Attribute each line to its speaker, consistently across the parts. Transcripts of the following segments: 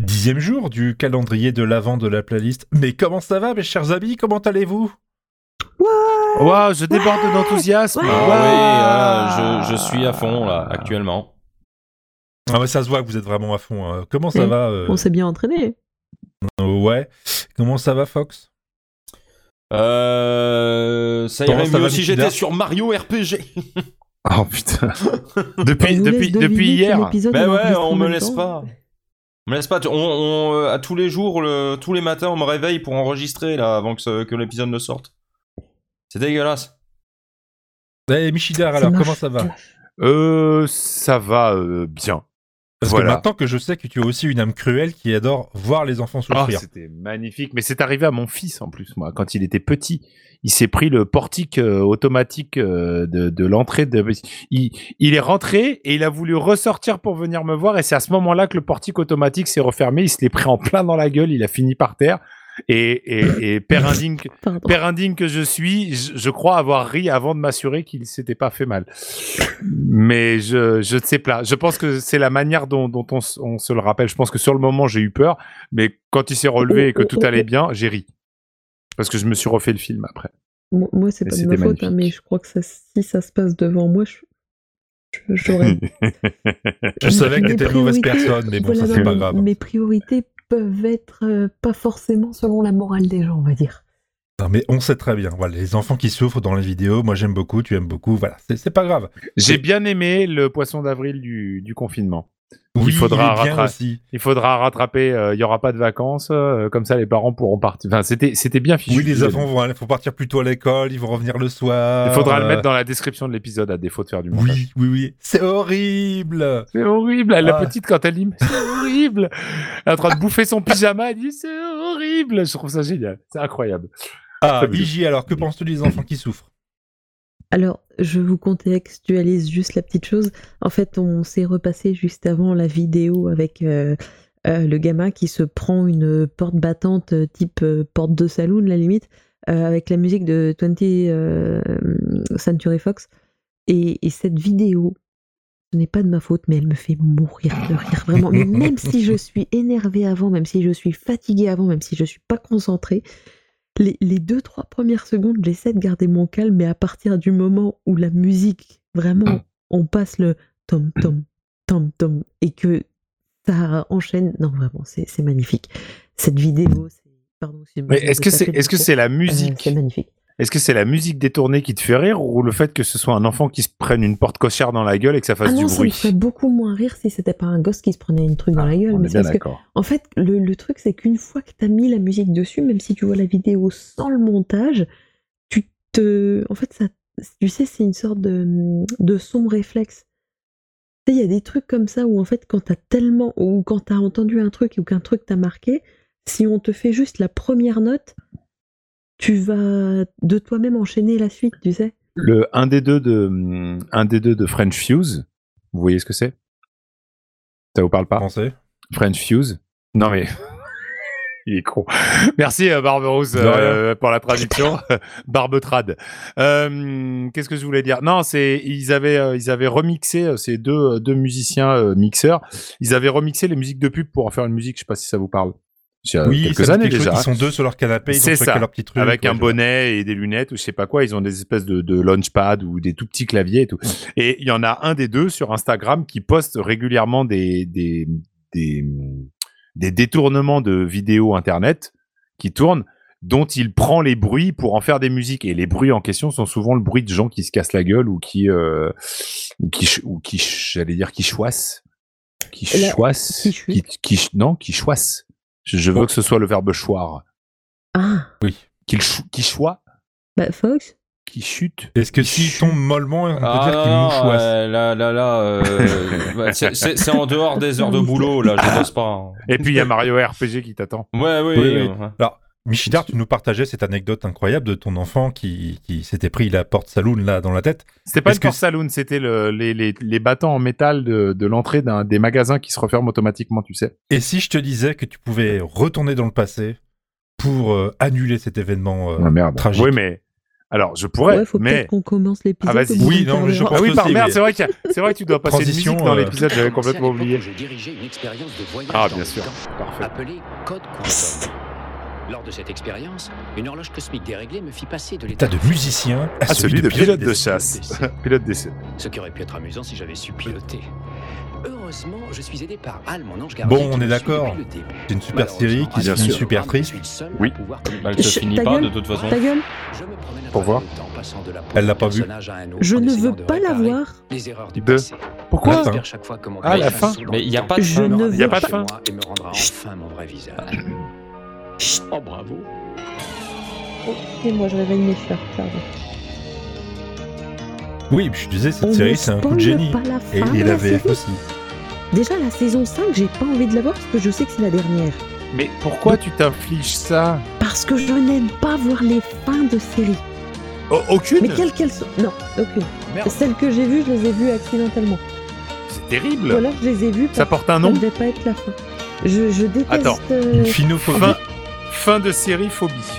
Speaker 1: Dixième jour du calendrier de l'avant de la playlist. Mais comment ça va, mes chers amis Comment allez-vous
Speaker 2: Waouh, je déborde d'enthousiasme.
Speaker 3: Ah
Speaker 2: Waouh.
Speaker 3: oui, voilà, je, je suis à fond là, actuellement.
Speaker 1: Ah ouais, ça se voit que vous êtes vraiment à fond. hein. Comment ça
Speaker 4: Oui.
Speaker 1: va euh,
Speaker 4: On s'est bien entraîné.
Speaker 1: euh, Ouais. Comment ça va, Fox
Speaker 3: Euh, ça
Speaker 1: Comment
Speaker 3: irait
Speaker 1: ça
Speaker 3: mieux
Speaker 1: va,
Speaker 3: si
Speaker 1: Nikita
Speaker 3: j'étais sur Mario RPG.
Speaker 2: Oh putain.
Speaker 4: On
Speaker 2: depuis
Speaker 4: nous
Speaker 2: depuis
Speaker 4: laisse deviner
Speaker 2: depuis
Speaker 4: quel
Speaker 2: hier.
Speaker 4: épisode
Speaker 1: Bah
Speaker 3: Mais Ben ouais,
Speaker 4: enregistre en
Speaker 3: on me
Speaker 4: même
Speaker 3: laisse
Speaker 4: temps.
Speaker 3: pas. On me laisse pas. tu- On, on, euh, à tous les jours, le- tous les matins, on me réveille pour enregistrer là, avant que, ce- que l'épisode ne sorte. C'est dégueulasse.
Speaker 1: Eh, Michidar,
Speaker 4: Ça
Speaker 1: alors,
Speaker 4: marche
Speaker 1: comment ça va
Speaker 4: pas.
Speaker 2: Euh, ça va euh, bien.
Speaker 1: Parce
Speaker 2: Voilà.
Speaker 1: que maintenant que je sais que tu as aussi une âme cruelle qui adore voir les enfants
Speaker 2: Ah,
Speaker 1: souffrir.
Speaker 2: c'était magnifique. Mais c'est arrivé à mon fils en plus, moi, quand il était petit. Il s'est pris le portique euh, automatique euh, de, de l'entrée. De... Il, il est rentré et il a voulu ressortir pour venir me voir. Et c'est à ce moment-là que le portique automatique s'est refermé. Il se l'est pris en plein dans la gueule. Il a fini par terre. Et, et, et père, indigne,
Speaker 4: Pardon.
Speaker 2: père indigne que je suis, je, je crois avoir ri avant de m'assurer qu'il s'était pas fait mal. Mais je, je ne sais pas. Je pense que c'est la manière dont, dont on, s- on se le rappelle. Je pense que sur le moment, j'ai eu peur. Mais quand il s'est relevé et que tout allait bien, j'ai ri. Parce que je me suis refait le film après.
Speaker 4: Moi, moi, c'est
Speaker 2: Mais
Speaker 4: pas de
Speaker 2: c'était
Speaker 4: ma faute, hein,
Speaker 2: magnifique.
Speaker 4: mais je crois que ça- si ça se passe devant moi, je- je- j'aurais.
Speaker 1: Je savais que
Speaker 4: Mes
Speaker 1: t'étais une mauvaise
Speaker 4: priorités-
Speaker 1: personne, mais bon,
Speaker 4: voilà,
Speaker 1: ça
Speaker 4: non,
Speaker 1: c'est pas
Speaker 4: mes-
Speaker 1: grave.
Speaker 4: Mes priorités peuvent être euh, pas forcément selon la morale des gens, on va dire.
Speaker 1: Non, mais on sait très bien. Voilà, les enfants qui souffrent dans les vidéos, moi j'aime beaucoup, tu aimes beaucoup, voilà, c'est c'est pas grave.
Speaker 2: j'ai bien aimé le poisson d'avril du, du confinement. Il
Speaker 1: Oui,
Speaker 2: faudra
Speaker 1: il est bien
Speaker 2: rattra-
Speaker 1: aussi.
Speaker 2: Il faudra rattraper. euh, Il y n'y aura pas de vacances. euh, comme ça, les parents pourront partir. Enfin, c'était, c'était bien fichu.
Speaker 1: Oui, les enfants vont, aller- faut partir plus tôt à l'école, ils vont revenir le soir.
Speaker 2: Il faudra le
Speaker 1: euh,
Speaker 2: mettre dans la description de l'épisode à défaut de faire du montage.
Speaker 1: Oui, oui, oui. C'est horrible.
Speaker 2: C'est horrible. La
Speaker 1: Ah.
Speaker 2: petite, quand elle dit, mais c'est horrible. Elle est en train de bouffer son pyjama, elle dit, c'est horrible. Je trouve ça génial. C'est incroyable.
Speaker 1: Ah,
Speaker 2: Fabuleux.
Speaker 1: Vigie, alors que pensent-tu des enfants qui souffrent
Speaker 4: Alors, je vous contextualise juste la petite chose. En fait, on s'est repassé juste avant la vidéo avec euh, euh, le gamin qui se prend une porte battante euh, type euh, porte de saloon, la limite, euh, avec la musique de 20 euh, Century Fox. Et, et cette vidéo, ce n'est pas de ma faute, mais elle me fait mourir de rire, vraiment. Mais même si je suis énervée avant, même si je suis fatiguée avant, même si je suis pas concentrée, les, les deux, trois premières secondes, j'essaie de garder mon calme, mais à partir du moment où la musique, vraiment, on passe le tom, tom, tom, tom, et que ça enchaîne. Non, vraiment, c'est c'est magnifique. Cette vidéo, c'est. Pardon, si je me
Speaker 2: Mais
Speaker 4: permets
Speaker 2: est-ce
Speaker 4: de
Speaker 2: que c'est,
Speaker 4: taper
Speaker 2: est-ce que
Speaker 4: dessus.
Speaker 2: c'est la
Speaker 4: Euh,
Speaker 2: musique,
Speaker 4: C'est magnifique.
Speaker 2: est-ce que c'est la musique détournée qui te fait rire ou le fait que ce soit un enfant qui se prenne une porte cochère dans la gueule et que ça fasse
Speaker 4: ah non,
Speaker 2: du
Speaker 4: ça me
Speaker 2: bruit? Ah,
Speaker 4: ferait beaucoup moins rire si c'était pas un gosse qui se prenait une truc dans la gueule.
Speaker 2: On
Speaker 4: mais
Speaker 2: est
Speaker 4: c'est
Speaker 2: bien
Speaker 4: parce que,
Speaker 2: d'accord.
Speaker 4: en fait, le, le truc, c'est qu'une fois que t'as mis la musique dessus, même si tu vois la vidéo sans le montage, tu te. En fait, ça, tu sais, c'est une sorte de, de son réflexe. Tu sais, il y a des trucs comme ça où, en fait, quand t'as tellement. ou quand t'as entendu un truc ou qu'un truc t'a marqué, si on te fait juste la première note, tu vas de toi-même enchaîner la suite, tu sais.
Speaker 2: Le, un des deux de, un des deux de French Fuse. Vous voyez ce que c'est? Ça vous parle pas?
Speaker 1: Pensez.
Speaker 2: French Fuse. Non mais. Il est con. Merci euh, Barberousse
Speaker 1: De
Speaker 2: euh, pour la traduction. Barbetrad. Euh, Qu'est-ce que je voulais dire Non, c'est ils avaient euh, ils avaient remixé euh, ces deux euh, deux musiciens euh, mixeurs. Ils avaient remixé les musiques de pub pour en faire une musique. Je sais pas si ça vous parle. C'est, euh,
Speaker 1: Oui,
Speaker 2: quelques
Speaker 1: ça me dit
Speaker 2: années
Speaker 1: quelque chose,
Speaker 2: déjà.
Speaker 1: Ils sont deux sur leur canapé, ils
Speaker 2: C'est
Speaker 1: ont chacun
Speaker 2: ça.
Speaker 1: leur petit truc.
Speaker 2: Avec
Speaker 1: ouais,
Speaker 2: un
Speaker 1: je-
Speaker 2: bonnet et des lunettes ou je sais pas quoi, ils ont des espèces de, de launchpad ou des tout petits claviers et tout. Et il y en a un des deux sur Instagram qui poste régulièrement des, des, des, des détournements de vidéos internet qui tournent, dont il prend les bruits pour en faire des musiques. Et les bruits en question sont souvent le bruit de gens qui se cassent la gueule ou qui, euh, ou qui, ch- ou qui ch- j'allais dire, qui choissent. Qui
Speaker 4: Là,
Speaker 2: choissent.
Speaker 4: qui chuit.
Speaker 2: qui, qui ch- non, qui choissent. Je, je veux que ce soit le verbe choir.
Speaker 4: Ah,
Speaker 2: Qu'il chou- Qui choix
Speaker 4: bah Fox,
Speaker 2: qui chute.
Speaker 1: Est-ce que s'ils tombent mollement, on peut dire qu'ils
Speaker 2: Ah,
Speaker 3: non,
Speaker 1: mouchoissent
Speaker 3: Ah, ouais, là, là, là, euh, bah, c'est- c'est c'est en dehors des heures de boulot, là, je bosse pas. hein.
Speaker 2: Et puis il y a Mario RPG qui t'attend.
Speaker 3: Ouais, oui,
Speaker 1: Oui,
Speaker 3: euh,
Speaker 1: oui.
Speaker 3: ouais.
Speaker 1: Michidar, tu nous partageais cette anecdote incroyable de ton enfant qui, qui s'était pris la porte saloon là dans la tête.
Speaker 2: C'était pas
Speaker 1: Est-ce
Speaker 2: une
Speaker 1: que
Speaker 2: porte saloon, c'était le- les, les, les battants en métal de, de l'entrée d'un des magasins qui se referment automatiquement, tu sais.
Speaker 1: Et si je te disais que tu pouvais retourner dans le passé pour euh, annuler cet événement euh,
Speaker 2: merde.
Speaker 1: tragique.
Speaker 2: Oui, mais Alors, je pourrais,
Speaker 4: ouais, faut
Speaker 2: mais.
Speaker 4: peut-être qu'on commence l'épisode.
Speaker 2: Ah, vas-y.
Speaker 4: au bout
Speaker 1: Oui,
Speaker 4: d'une
Speaker 1: non,
Speaker 4: quarts
Speaker 1: je
Speaker 4: d'heure.
Speaker 1: pense
Speaker 2: Ah oui,
Speaker 1: que
Speaker 2: par
Speaker 1: c'est-
Speaker 2: merde, c'est vrai, qu'il y a- c'est vrai que tu dois passer une
Speaker 1: Transition,
Speaker 2: musique dans
Speaker 1: euh,
Speaker 2: l'épisode, j'avais complètement oublié.
Speaker 5: J'ai dirigé une expérience de voyage
Speaker 2: Ah,
Speaker 5: dans
Speaker 2: bien
Speaker 5: le
Speaker 2: sûr.
Speaker 5: temps,
Speaker 2: Parfait.
Speaker 5: appelée Code Quantum. Lors de cette expérience, une horloge cosmique déréglée me fit passer de
Speaker 1: T'as
Speaker 5: l'état
Speaker 1: de musicien à
Speaker 2: Ah, celui de pilote de
Speaker 1: d'essai.
Speaker 2: chasse.
Speaker 5: d'essai,
Speaker 2: Pilote d'essai.
Speaker 5: ce qui aurait pu être amusant si j'avais su piloter. Heureusement, je suis aidé par Al, mon ange
Speaker 1: Bon,
Speaker 5: gardien.
Speaker 1: on
Speaker 5: qui
Speaker 1: est
Speaker 5: me suit
Speaker 1: d'accord.
Speaker 5: depuis le début.
Speaker 1: C'est une super série qui
Speaker 2: Bien
Speaker 1: se finit
Speaker 2: sûr.
Speaker 1: super triste.
Speaker 2: Oui.
Speaker 3: Bah,
Speaker 4: Je-
Speaker 3: ça finit
Speaker 4: ta
Speaker 3: pas
Speaker 4: gueule
Speaker 3: de toute façon.
Speaker 4: Ta gueule,
Speaker 2: Pour voir.
Speaker 1: Elle l'a pas vu.
Speaker 4: je ne veux pas la voir.
Speaker 5: Les erreurs du
Speaker 2: Deux.
Speaker 5: passé.
Speaker 1: Pourquoi
Speaker 5: Je perds chaque fois comment
Speaker 2: Ah, la
Speaker 5: glisser un
Speaker 2: fin.
Speaker 5: saut dans
Speaker 3: Mais
Speaker 5: le
Speaker 3: il y a
Speaker 5: temps.
Speaker 3: pas de
Speaker 4: Je fin. ne
Speaker 5: Me
Speaker 4: veux
Speaker 5: rendra
Speaker 2: pas de
Speaker 5: chez
Speaker 2: fin.
Speaker 5: moi Et me rendra enfin mon vrai visage. Oh bravo.
Speaker 4: Et moi, je réveille mes fleurs. pardon.
Speaker 1: Oui, je disais, cette
Speaker 4: On ne
Speaker 1: série, c'est un coup de
Speaker 4: spoil
Speaker 1: génie.
Speaker 4: Pas la
Speaker 1: Et,
Speaker 4: fin
Speaker 1: et
Speaker 4: de
Speaker 1: la
Speaker 4: la
Speaker 1: VF
Speaker 4: série.
Speaker 1: aussi.
Speaker 4: Déjà, la saison 5, j'ai pas envie de la voir parce que je sais que c'est la dernière.
Speaker 2: Mais pourquoi tu t'infliges ça
Speaker 4: Parce que je n'aime pas voir les fins de série.
Speaker 2: Oh, Aucune
Speaker 4: Mais quelles qu'elles soient. Non, aucune.
Speaker 2: Merde.
Speaker 4: Celles que j'ai vues, je les ai vues accidentellement.
Speaker 2: C'est
Speaker 4: Ou
Speaker 2: terrible
Speaker 4: alors, je les ai vues
Speaker 2: Ça
Speaker 4: parce
Speaker 2: porte un
Speaker 4: que ça
Speaker 2: nom
Speaker 4: devait pas être la fin. Je, je déteste.
Speaker 2: Attends.
Speaker 4: euh,
Speaker 1: Une phinophobie.
Speaker 2: Fin, fin de série phobie.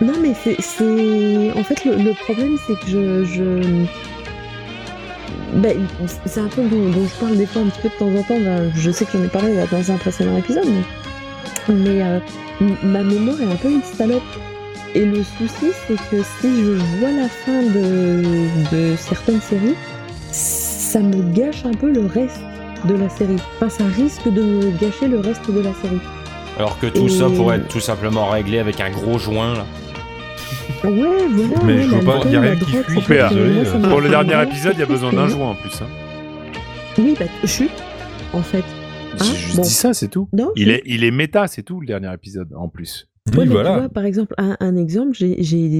Speaker 4: Non, mais c'est. c'est- En fait, le, le problème, c'est que je. je... Ben, c'est un peu dont, dont je parle des fois un petit peu de temps en temps. ben, je sais que j'en ai parlé là, dans un précédent épisode. Mais, mais, euh, m- ma mémoire est un peu une salope. Et le souci, c'est que si je vois la fin de, de certaines séries, ça me gâche un peu le reste de la série. Enfin, ça risque de me gâcher le reste de la série.
Speaker 3: Alors que tout ça
Speaker 4: Et-
Speaker 3: pourrait être tout simplement réglé avec un gros joint là.
Speaker 4: Ouais, voilà.
Speaker 1: Mais
Speaker 4: ouais,
Speaker 1: je vois
Speaker 4: la
Speaker 1: pas,
Speaker 4: drogue,
Speaker 1: y a
Speaker 4: la
Speaker 1: rien qui fuit,
Speaker 4: drogue, ça me-
Speaker 2: je suis
Speaker 1: désolé,
Speaker 4: moi, ça
Speaker 1: euh,
Speaker 4: me-
Speaker 2: Pour le
Speaker 4: ça me-
Speaker 2: dernier épisode, il y a besoin d'un joint en plus. hein.
Speaker 4: Oui, bah, chut. En fait, Hein
Speaker 2: J'ai juste
Speaker 4: Bon.
Speaker 2: dit ça, c'est tout.
Speaker 4: non.
Speaker 2: Il est, il est méta, c'est tout, le dernier épisode, en plus.
Speaker 4: Ouais,
Speaker 1: Oui,
Speaker 4: mais tu
Speaker 1: voilà.
Speaker 4: vois, par exemple, un, un exemple, j'ai, j'ai- il y,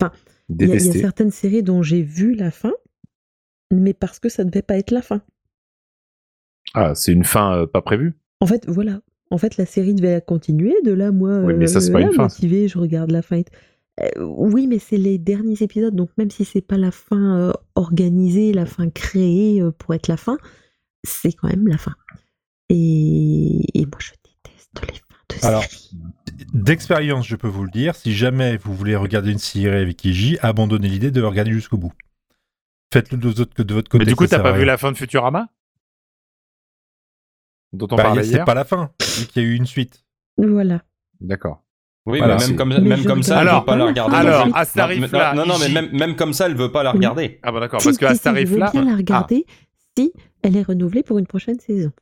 Speaker 4: a- il y a
Speaker 2: Détesté.
Speaker 4: certaines séries dont j'ai vu la fin, mais parce que ça devait pas être la fin.
Speaker 2: Ah, c'est une fin euh, pas prévue.
Speaker 4: En fait, voilà. En fait, la série devait la continuer. De là, moi,
Speaker 2: Oui, mais ça, c'est
Speaker 4: euh,
Speaker 2: pas une
Speaker 4: voilà,
Speaker 2: fin, ça.
Speaker 4: motivée, je regarde la fin. et t- Euh, oui, mais c'est les derniers épisodes, donc même si c'est pas la fin euh, organisée, la fin créée euh, pour être la fin, c'est quand même la fin. Et, et moi, je déteste les fins de
Speaker 1: Alors,
Speaker 4: séries.
Speaker 1: D'expérience, je peux vous le dire, si jamais vous voulez regarder une série avec IJ, abandonnez l'idée de la regarder jusqu'au bout. Faites-le de votre, de votre côté.
Speaker 2: Mais du coup,
Speaker 1: ça
Speaker 2: t'as
Speaker 1: sert
Speaker 2: pas
Speaker 1: à
Speaker 2: vu
Speaker 1: rien.
Speaker 2: la fin de Futurama Dont
Speaker 1: Bah,
Speaker 2: on
Speaker 1: y a-
Speaker 2: parlait
Speaker 1: C'est
Speaker 2: hier
Speaker 1: pas la fin, vu qu'il y a eu une suite.
Speaker 4: Voilà.
Speaker 2: D'accord.
Speaker 3: Oui,
Speaker 2: Voilà,
Speaker 3: mais
Speaker 2: c'est-
Speaker 3: même comme,
Speaker 4: Mais
Speaker 3: même
Speaker 4: je
Speaker 3: comme ça, elle
Speaker 2: regarde
Speaker 3: veut pas
Speaker 4: pas
Speaker 3: la
Speaker 4: la
Speaker 3: regarder.
Speaker 4: fin.
Speaker 2: Alors,
Speaker 4: ensuite-
Speaker 2: à ce
Speaker 3: Non, Ah, mais-
Speaker 2: tarif-là.
Speaker 3: non, non, mais
Speaker 2: Iji-
Speaker 3: même, même comme ça, elle veut pas la regarder.
Speaker 2: Ah bah d'accord, parce
Speaker 4: Si,
Speaker 2: qu'à
Speaker 4: si, si,
Speaker 2: ce
Speaker 4: je veux
Speaker 2: tarif-là, Ah,
Speaker 4: bien la regarder si elle est renouvelée pour une prochaine saison.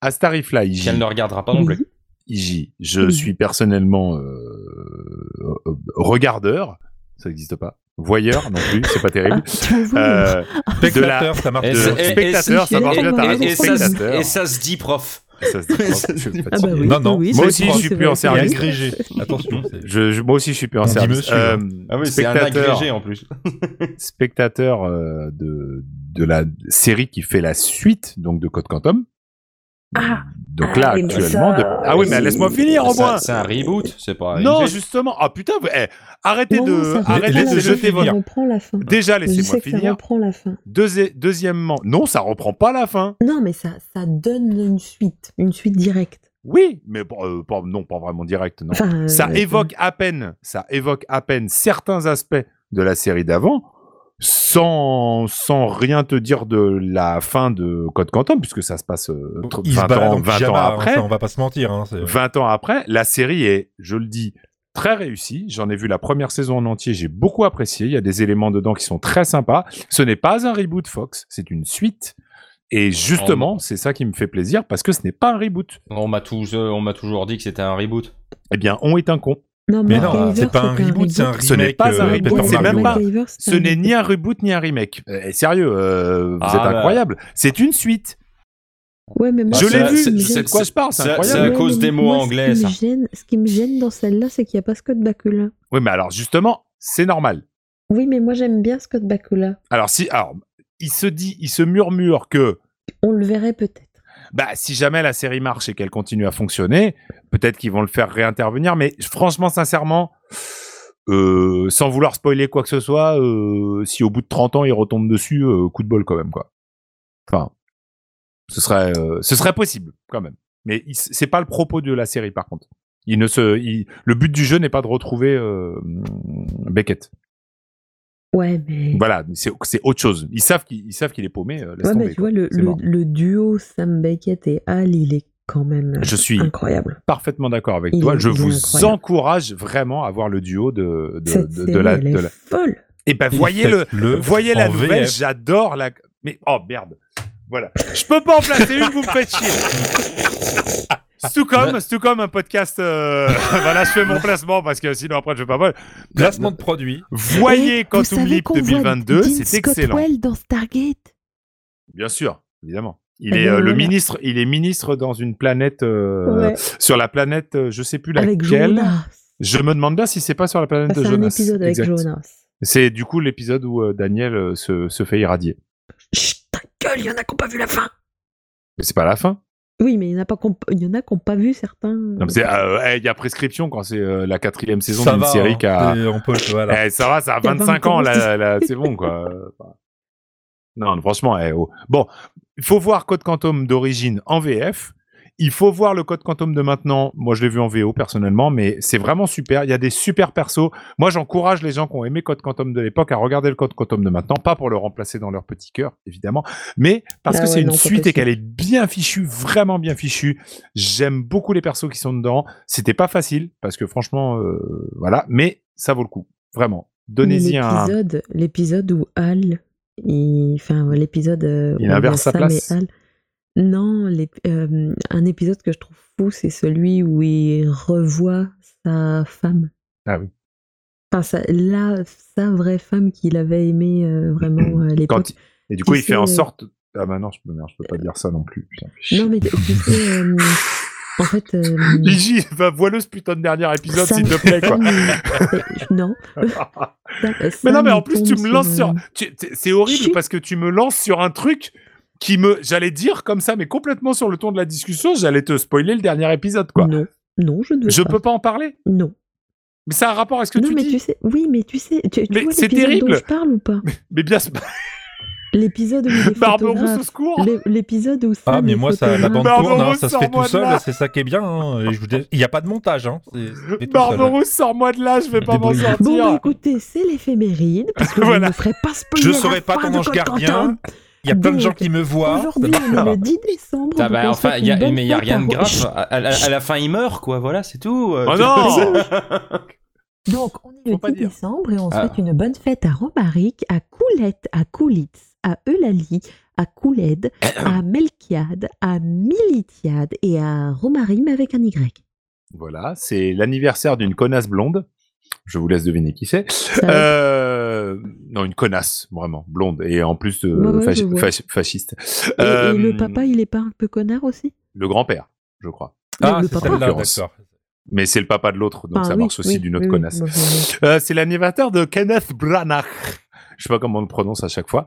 Speaker 2: à ce tarif-là, Iji,
Speaker 3: Puis elle ne regardera pas non plus.
Speaker 4: Oui.
Speaker 2: Iji, je
Speaker 4: Mhm.
Speaker 2: suis personnellement euh, euh, regardeur, ça n'existe pas, voyeur non plus, c'est pas terrible,
Speaker 4: Tu
Speaker 3: Ah,
Speaker 4: vois,
Speaker 2: Euh,
Speaker 1: Spectateur, ça marche.
Speaker 3: Et
Speaker 2: de
Speaker 1: de-
Speaker 3: c'est-
Speaker 2: spectateur,
Speaker 4: si-
Speaker 2: ça marche bien, t'as
Speaker 4: et-
Speaker 2: raison,
Speaker 4: et
Speaker 3: ça, se-
Speaker 2: spectateur.
Speaker 3: et ça se dit prof.
Speaker 2: Ça se dit,
Speaker 3: et
Speaker 2: non,
Speaker 3: ça
Speaker 2: je
Speaker 3: se
Speaker 2: suis
Speaker 3: dit-
Speaker 4: Ah bah
Speaker 2: fatigué.
Speaker 4: oui,
Speaker 1: Non, non.
Speaker 4: oui,
Speaker 2: Moi
Speaker 4: c'est
Speaker 2: aussi,
Speaker 4: vrai,
Speaker 2: je suis
Speaker 4: c'est
Speaker 2: plus
Speaker 4: vrai.
Speaker 2: en
Speaker 1: Et
Speaker 2: service.
Speaker 1: agrégé. Attention. c'est-
Speaker 2: Je- je- moi aussi, je suis plus en
Speaker 1: On dit
Speaker 2: service.
Speaker 1: monsieur, hein.
Speaker 2: Euh,
Speaker 3: Ah oui, c'est un
Speaker 2: spectateur,
Speaker 3: agrégé en plus.
Speaker 2: spectateur euh, de, de la série qui fait la suite donc de Code Quantum.
Speaker 4: Ah.
Speaker 2: donc
Speaker 4: Ah,
Speaker 2: là,
Speaker 4: mais
Speaker 2: actuellement.
Speaker 4: ça- euh,
Speaker 2: de- Ah oui, mais laisse-moi finir au
Speaker 3: Ça-
Speaker 2: moins.
Speaker 3: C'est un reboot, c'est pas.
Speaker 2: Non,
Speaker 3: une-
Speaker 2: justement. Ah putain, vous- eh, arrêtez
Speaker 4: Non, non, ça
Speaker 2: de,
Speaker 4: reprend
Speaker 2: arrêtez
Speaker 4: la
Speaker 1: laissez-le
Speaker 2: de
Speaker 4: fin,
Speaker 2: jeter
Speaker 4: ça
Speaker 1: finir.
Speaker 2: votre.
Speaker 4: reprend la fin.
Speaker 2: Déjà,
Speaker 4: Je sais
Speaker 2: laissez-moi
Speaker 4: que ça
Speaker 2: finir.
Speaker 4: reprend la fin.
Speaker 2: Deuxi- deuxièmement, non, ça reprend pas la fin.
Speaker 4: Non, mais ça, ça donne une suite, une suite directe.
Speaker 2: Oui, mais bon, euh, pas- non, pas vraiment direct, non.
Speaker 4: Enfin, euh,
Speaker 1: Mmh,
Speaker 2: ça évoque à peine, ça évoque à peine certains aspects de la série d'avant, sans, sans rien te dire de la fin de Code Quantum, puisque ça se passe euh, tr-
Speaker 1: Il se
Speaker 2: 20
Speaker 1: balade
Speaker 2: ans,
Speaker 1: en
Speaker 2: 20 ans
Speaker 1: pyjama, hein,
Speaker 2: après.
Speaker 1: ça, on va pas se mentir. hein, c'est-
Speaker 2: 20 ans après, la série est, je le dis, très réussie. J'en ai vu la première saison en entier, j'ai beaucoup apprécié. Il y a des éléments dedans qui sont très sympas. Ce n'est pas un reboot Fox, c'est une suite.
Speaker 1: Oh.
Speaker 2: Et justement, c'est ça qui me fait plaisir parce que ce n'est pas un reboot.
Speaker 3: On m'a tous- euh, on m'a toujours dit que c'était un reboot.
Speaker 2: Eh bien, on est un con.
Speaker 4: Non,
Speaker 1: Mais
Speaker 4: Mark
Speaker 1: non,
Speaker 4: Gaiver,
Speaker 1: c'est pas un reboot, c'est un remake.
Speaker 2: Ce n'est pas un
Speaker 1: euh,
Speaker 2: reboot,
Speaker 1: Paper
Speaker 2: c'est
Speaker 1: Mario.
Speaker 2: même pas-
Speaker 4: Mark Gaiver, c'est
Speaker 2: Ce
Speaker 4: un
Speaker 2: n'est
Speaker 4: reboot.
Speaker 2: ni un reboot ni un remake. Euh, eh, sérieux, euh, vous
Speaker 3: Ah,
Speaker 2: êtes
Speaker 3: bah.
Speaker 2: incroyable. C'est une suite.
Speaker 4: Ouais, mais moi,
Speaker 2: je
Speaker 3: c'est-
Speaker 2: l'ai
Speaker 3: c'est-
Speaker 2: vu. Je
Speaker 3: c'est-
Speaker 2: sais de quoi je parle. C'est
Speaker 3: c'est-
Speaker 2: incroyable.
Speaker 3: c'est à
Speaker 4: Ouais,
Speaker 3: cause
Speaker 4: mais
Speaker 3: des mots
Speaker 4: moi,
Speaker 3: anglais,
Speaker 4: ce qui
Speaker 3: ça.
Speaker 4: me gêne- ce qui me gêne dans celle-là, c'est qu'il n'y a pas Scott Bakula.
Speaker 2: Oui, mais alors justement, c'est normal.
Speaker 4: Oui, mais moi, j'aime bien Scott Bakula.
Speaker 2: Alors si, alors il se dit, il se murmure que
Speaker 4: On le verrait peut-être.
Speaker 2: bah si jamais la série marche et qu'elle continue à fonctionner, peut-être qu'ils vont le faire réintervenir. Mais franchement, sincèrement. euh, sans vouloir spoiler quoi que ce soit, euh, si au bout de 30 ans il retombe dessus, euh, coup de bol quand même quoi. Enfin, ce serait, euh, ce serait possible quand même. Mais il- c'est pas le propos de la série par contre. Il ne se, il- le but du jeu n'est pas de retrouver euh, Beckett.
Speaker 4: Ouais, mais.
Speaker 2: Voilà, mais c'est c'est autre chose. Ils savent qu'il ils savent qu'il est paumé. euh, Bah, laisse
Speaker 4: Ouais, bah,
Speaker 2: tomber,
Speaker 4: tu
Speaker 2: quoi.
Speaker 4: vois, le,
Speaker 2: C'est
Speaker 4: le-
Speaker 2: mort.
Speaker 4: le duo Sam Beckett et Al, il est quand même euh,
Speaker 2: Je suis
Speaker 4: incroyable.
Speaker 2: parfaitement d'accord avec
Speaker 4: Il
Speaker 2: toi.
Speaker 4: est-
Speaker 2: Je
Speaker 4: il est
Speaker 2: vous
Speaker 4: incroyable.
Speaker 2: encourage vraiment à voir le duo de, de,
Speaker 4: Cette
Speaker 2: de- de
Speaker 4: série,
Speaker 2: la.
Speaker 4: elle est
Speaker 2: de la-
Speaker 4: folle.
Speaker 2: Eh ben, voyez le,
Speaker 1: Faites-le
Speaker 2: voyez la
Speaker 1: en
Speaker 2: nouvelle.
Speaker 1: VF.
Speaker 2: J'adore la. Mais oh merde. Voilà. Je peux pas en placer une, vous me faites chier. Stucom, Stucom, un podcast. euh, voilà, je fais mon placement parce que sinon après je vais pas mal.
Speaker 1: bah. Placement de produit.
Speaker 2: Voyez
Speaker 4: Et
Speaker 2: quand
Speaker 4: vous savez
Speaker 2: oublie
Speaker 4: qu'on voit
Speaker 2: 2022,
Speaker 4: Dean
Speaker 2: c'est
Speaker 4: Scott
Speaker 2: excellent.
Speaker 4: Well dans Stargate.
Speaker 2: Bien sûr, évidemment. Il
Speaker 4: Eh
Speaker 2: est
Speaker 4: ben,
Speaker 2: euh, le
Speaker 4: voilà.
Speaker 2: ministre, il est ministre dans une planète euh,
Speaker 4: Ouais.
Speaker 2: sur la planète, euh, je sais plus
Speaker 4: Avec
Speaker 2: laquelle.
Speaker 4: Jonas.
Speaker 2: Je me demande bien si c'est pas sur la planète
Speaker 4: Ah,
Speaker 2: de
Speaker 4: C'est un
Speaker 2: Jonas.
Speaker 4: épisode avec
Speaker 2: Exact.
Speaker 4: Jonas.
Speaker 2: C'est du coup l'épisode où euh, Daniel euh, se, se fait irradier.
Speaker 4: Chut, ta gueule, il y en a qui n'ont pas vu la fin.
Speaker 2: Mais c'est pas la fin.
Speaker 4: Oui, mais il y en a pas qu'on- il y en a qui n'ont pas vu certains.
Speaker 2: Non, mais c'est, euh, eh, il y a prescription quand c'est euh, la quatrième saison
Speaker 1: Ça
Speaker 2: d'une
Speaker 1: va,
Speaker 2: série
Speaker 1: hein,
Speaker 2: qui a.
Speaker 1: c'est en poche, voilà.
Speaker 2: Eh, ça va, ça a
Speaker 4: Il y a
Speaker 2: 25
Speaker 4: vingt
Speaker 2: ans,
Speaker 4: ans,
Speaker 2: là, là, c'est bon, quoi. Enfin, Non, franchement, eh, oh. bon, il faut voir Code Quantum d'origine en VF. Il faut voir le Code Quantum de maintenant. Moi, je l'ai vu en VO personnellement, mais c'est vraiment super. Il y a des super persos. Moi, j'encourage les gens qui ont aimé Code Quantum de l'époque à regarder le Code Quantum de maintenant, pas pour le remplacer dans leur petit cœur, évidemment, mais parce
Speaker 4: Ah
Speaker 2: que
Speaker 4: ouais,
Speaker 2: c'est une
Speaker 4: non, pas
Speaker 2: suite et
Speaker 4: possible.
Speaker 2: qu'elle est bien fichue, vraiment bien fichue. J'aime beaucoup les persos qui sont dedans. C'était pas facile parce que franchement, euh, voilà, mais ça vaut le coup, vraiment. Donnez-y
Speaker 4: Mais
Speaker 2: un.
Speaker 4: l'épisode- L'épisode où Al, il- enfin l'épisode euh,
Speaker 2: Il
Speaker 4: où y a
Speaker 2: inverse sa
Speaker 4: Sam
Speaker 2: place.
Speaker 4: et Al. Non, l'ép- euh, un épisode que je trouve fou, c'est celui où il revoit sa femme.
Speaker 2: Ah oui.
Speaker 4: Enfin, sa, la, sa vraie femme qu'il avait aimée euh, vraiment à
Speaker 2: Quand
Speaker 4: l'époque.
Speaker 2: Et du coup,
Speaker 4: Tu
Speaker 2: il fait en
Speaker 4: sais- euh,
Speaker 2: sorte. Ah bah non, je peux, merde, je peux pas dire ça non plus. Putain, fais chier.
Speaker 4: Non, mais tu sais, euh, en fait. euh,
Speaker 2: Ligi, va voileuse putain de dernier épisode,
Speaker 4: Sam-
Speaker 2: s'il te plaît, quoi.
Speaker 4: Sam, il- non. Sam-
Speaker 2: Mais non,
Speaker 4: Sam,
Speaker 2: mais en
Speaker 4: il
Speaker 2: plus,
Speaker 4: tombe
Speaker 2: tu me lances
Speaker 4: un-
Speaker 2: sur. tu- t- C'est horrible
Speaker 4: Chut.
Speaker 2: parce que tu me lances sur un truc qui me. J'allais dire comme ça, mais complètement sur le ton de la discussion, j'allais te spoiler le dernier épisode, quoi.
Speaker 4: Non, non, je ne veux
Speaker 2: Je
Speaker 4: pas.
Speaker 2: peux pas en parler.
Speaker 4: Non.
Speaker 2: Mais ça a un rapport à ce que
Speaker 4: non,
Speaker 2: tu
Speaker 4: mais
Speaker 2: dis.
Speaker 4: tu sais, oui, mais tu sais, tu, tu
Speaker 2: Mais
Speaker 4: vois
Speaker 2: c'est
Speaker 4: l'épisode
Speaker 2: terrible.
Speaker 4: dont je parle ou pas
Speaker 2: Mais bien,
Speaker 4: L'épisode où il est
Speaker 2: Barberousse au
Speaker 4: photographe.
Speaker 2: secours.
Speaker 4: l'é- L'épisode où Sam
Speaker 1: Ah, mais
Speaker 4: est
Speaker 1: moi, ça, la
Speaker 4: photographe.
Speaker 1: bande
Speaker 2: Barbe
Speaker 1: tourne, hein,
Speaker 2: Rose,
Speaker 1: ça se fait
Speaker 2: sors-moi
Speaker 1: tout
Speaker 2: de
Speaker 1: seul,
Speaker 2: là.
Speaker 1: c'est ça qui est bien. hein, et je vous dis- Il n'y a pas de montage. Hein, c'est- c'est tout seul, hein.
Speaker 2: Barberousse, sors-moi de là, je vais pas m'en
Speaker 1: Débrouille.
Speaker 2: sortir.
Speaker 4: Bon, bah, écoutez, c'est l'éphéméride, parce que
Speaker 2: Voilà.
Speaker 4: je ne ferai pas spoiler
Speaker 1: Je
Speaker 4: la
Speaker 1: serai pas
Speaker 4: fin
Speaker 1: ton
Speaker 4: de
Speaker 1: ange
Speaker 4: Code
Speaker 1: gardien.
Speaker 4: Quantum.
Speaker 1: Il y a plein de
Speaker 4: Donc,
Speaker 1: gens qui me voient.
Speaker 4: Aujourd'hui,
Speaker 1: Ça
Speaker 4: on
Speaker 1: va.
Speaker 4: est le 10 décembre.
Speaker 3: Ah
Speaker 4: donc
Speaker 3: bah,
Speaker 4: on se
Speaker 3: enfin,
Speaker 4: souhaite
Speaker 3: y a-
Speaker 4: une bonne
Speaker 3: mais il n'y a
Speaker 4: fête
Speaker 3: rien de
Speaker 4: à-
Speaker 3: grave. À, à- à- à la fin, il meurt, quoi. Voilà, c'est tout. Euh,
Speaker 2: Oh
Speaker 3: tu-
Speaker 2: non
Speaker 4: Donc, on est le
Speaker 2: Faut pas
Speaker 4: 10
Speaker 2: dire.
Speaker 4: décembre et on
Speaker 3: Ah.
Speaker 4: souhaite une bonne fête à Romaric, à Coulette, à Koulitz, à Eulalie, à Kouled, à Melchiade, à Militiade et à Romarim avec un Y.
Speaker 2: Voilà, c'est l'anniversaire d'une connasse blonde. Je vous laisse deviner qui c'est.
Speaker 4: Ça va
Speaker 2: Euh, non, une connasse, vraiment, blonde. Et en plus, euh,
Speaker 4: Ouais, ouais,
Speaker 2: fachi-
Speaker 4: je vois.
Speaker 2: fachi- fasciste.
Speaker 4: Et, et
Speaker 2: Euh,
Speaker 4: le papa, il est pas un peu connard aussi
Speaker 2: Le grand-père, je crois.
Speaker 1: Ah,
Speaker 4: Le
Speaker 1: c'est
Speaker 4: papa
Speaker 1: celle-là,
Speaker 2: l'occurrence.
Speaker 1: d'accord.
Speaker 4: Euh,
Speaker 2: Mais c'est le papa de l'autre, donc
Speaker 4: Enfin,
Speaker 2: ça
Speaker 4: Ah oui,
Speaker 2: marche aussi
Speaker 4: oui,
Speaker 2: d'une autre
Speaker 4: oui, oui,
Speaker 2: connasse.
Speaker 4: moi, je-
Speaker 2: Euh, c'est l'anniversaire de Kenneth Branagh. Je sais pas comment on le prononce à chaque fois,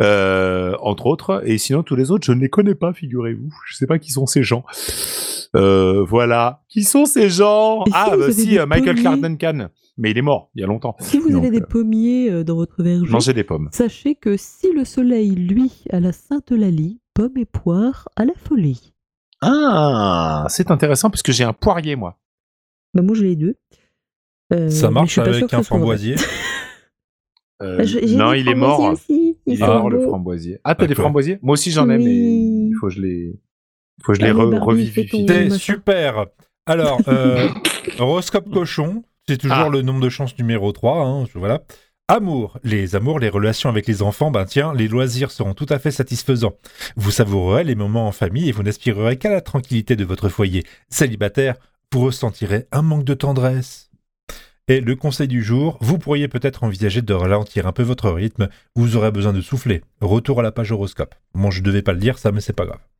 Speaker 2: Euh, entre autres. Et sinon, tous les autres, je ne les connais pas, figurez-vous. Je sais pas qui sont ces gens. Euh, voilà. Qui sont ces gens
Speaker 4: Et si
Speaker 2: Ah,
Speaker 4: vous
Speaker 2: bah
Speaker 4: avez
Speaker 2: si,
Speaker 4: des
Speaker 2: euh, Michael
Speaker 4: pommiers
Speaker 2: Clark Duncan. Mais il est mort, il y a longtemps.
Speaker 4: Si vous
Speaker 2: Donc,
Speaker 4: avez des
Speaker 2: euh,
Speaker 4: pommiers euh, dans votre verger,
Speaker 2: Mangez des pommes.
Speaker 4: sachez que si le soleil, lui, à la Sainte-Eulalie, pomme et poire à la folie.
Speaker 2: Ah, c'est intéressant parce que j'ai un poirier, moi.
Speaker 4: Bah, moi, j'ai les deux. Euh,
Speaker 1: Ça
Speaker 4: mais je
Speaker 1: marche
Speaker 4: suis pas sûre
Speaker 1: avec
Speaker 4: que
Speaker 1: un
Speaker 4: ce soit vrai.
Speaker 1: framboisier.
Speaker 2: Euh,
Speaker 4: Bah, je- j'ai
Speaker 2: non,
Speaker 4: des
Speaker 2: il est
Speaker 4: framboisiers
Speaker 2: mort.
Speaker 4: aussi, ils
Speaker 2: Il est
Speaker 4: sont
Speaker 2: mort, le
Speaker 4: beaux.
Speaker 2: framboisier. Ah, t'as des
Speaker 1: D'accord.
Speaker 2: framboisiers Moi aussi, j'en ai, mais
Speaker 4: Oui. Ah,
Speaker 2: il faut que je les, faut que je les
Speaker 4: Allez,
Speaker 2: re-
Speaker 4: Barbie,
Speaker 2: revivifie.
Speaker 4: fais ton-
Speaker 1: C'est
Speaker 4: machin.
Speaker 1: super. Alors, euh, horoscope cochon, c'est toujours
Speaker 2: Ah.
Speaker 1: le nombre de chances numéro 3. hein, je- voilà. Amour, les amours, les relations avec les enfants, ben tiens, les loisirs seront tout à fait satisfaisants. Vous savourerez les moments en famille et vous n'aspirerez qu'à la tranquillité de votre foyer. Célibataire, vous ressentirez un manque de tendresse. Et le conseil du jour, vous pourriez peut-être envisager de ralentir un peu votre rythme, vous aurez besoin de souffler. Retour à la page horoscope. Bon, je devais pas le dire ça, mais c'est pas grave.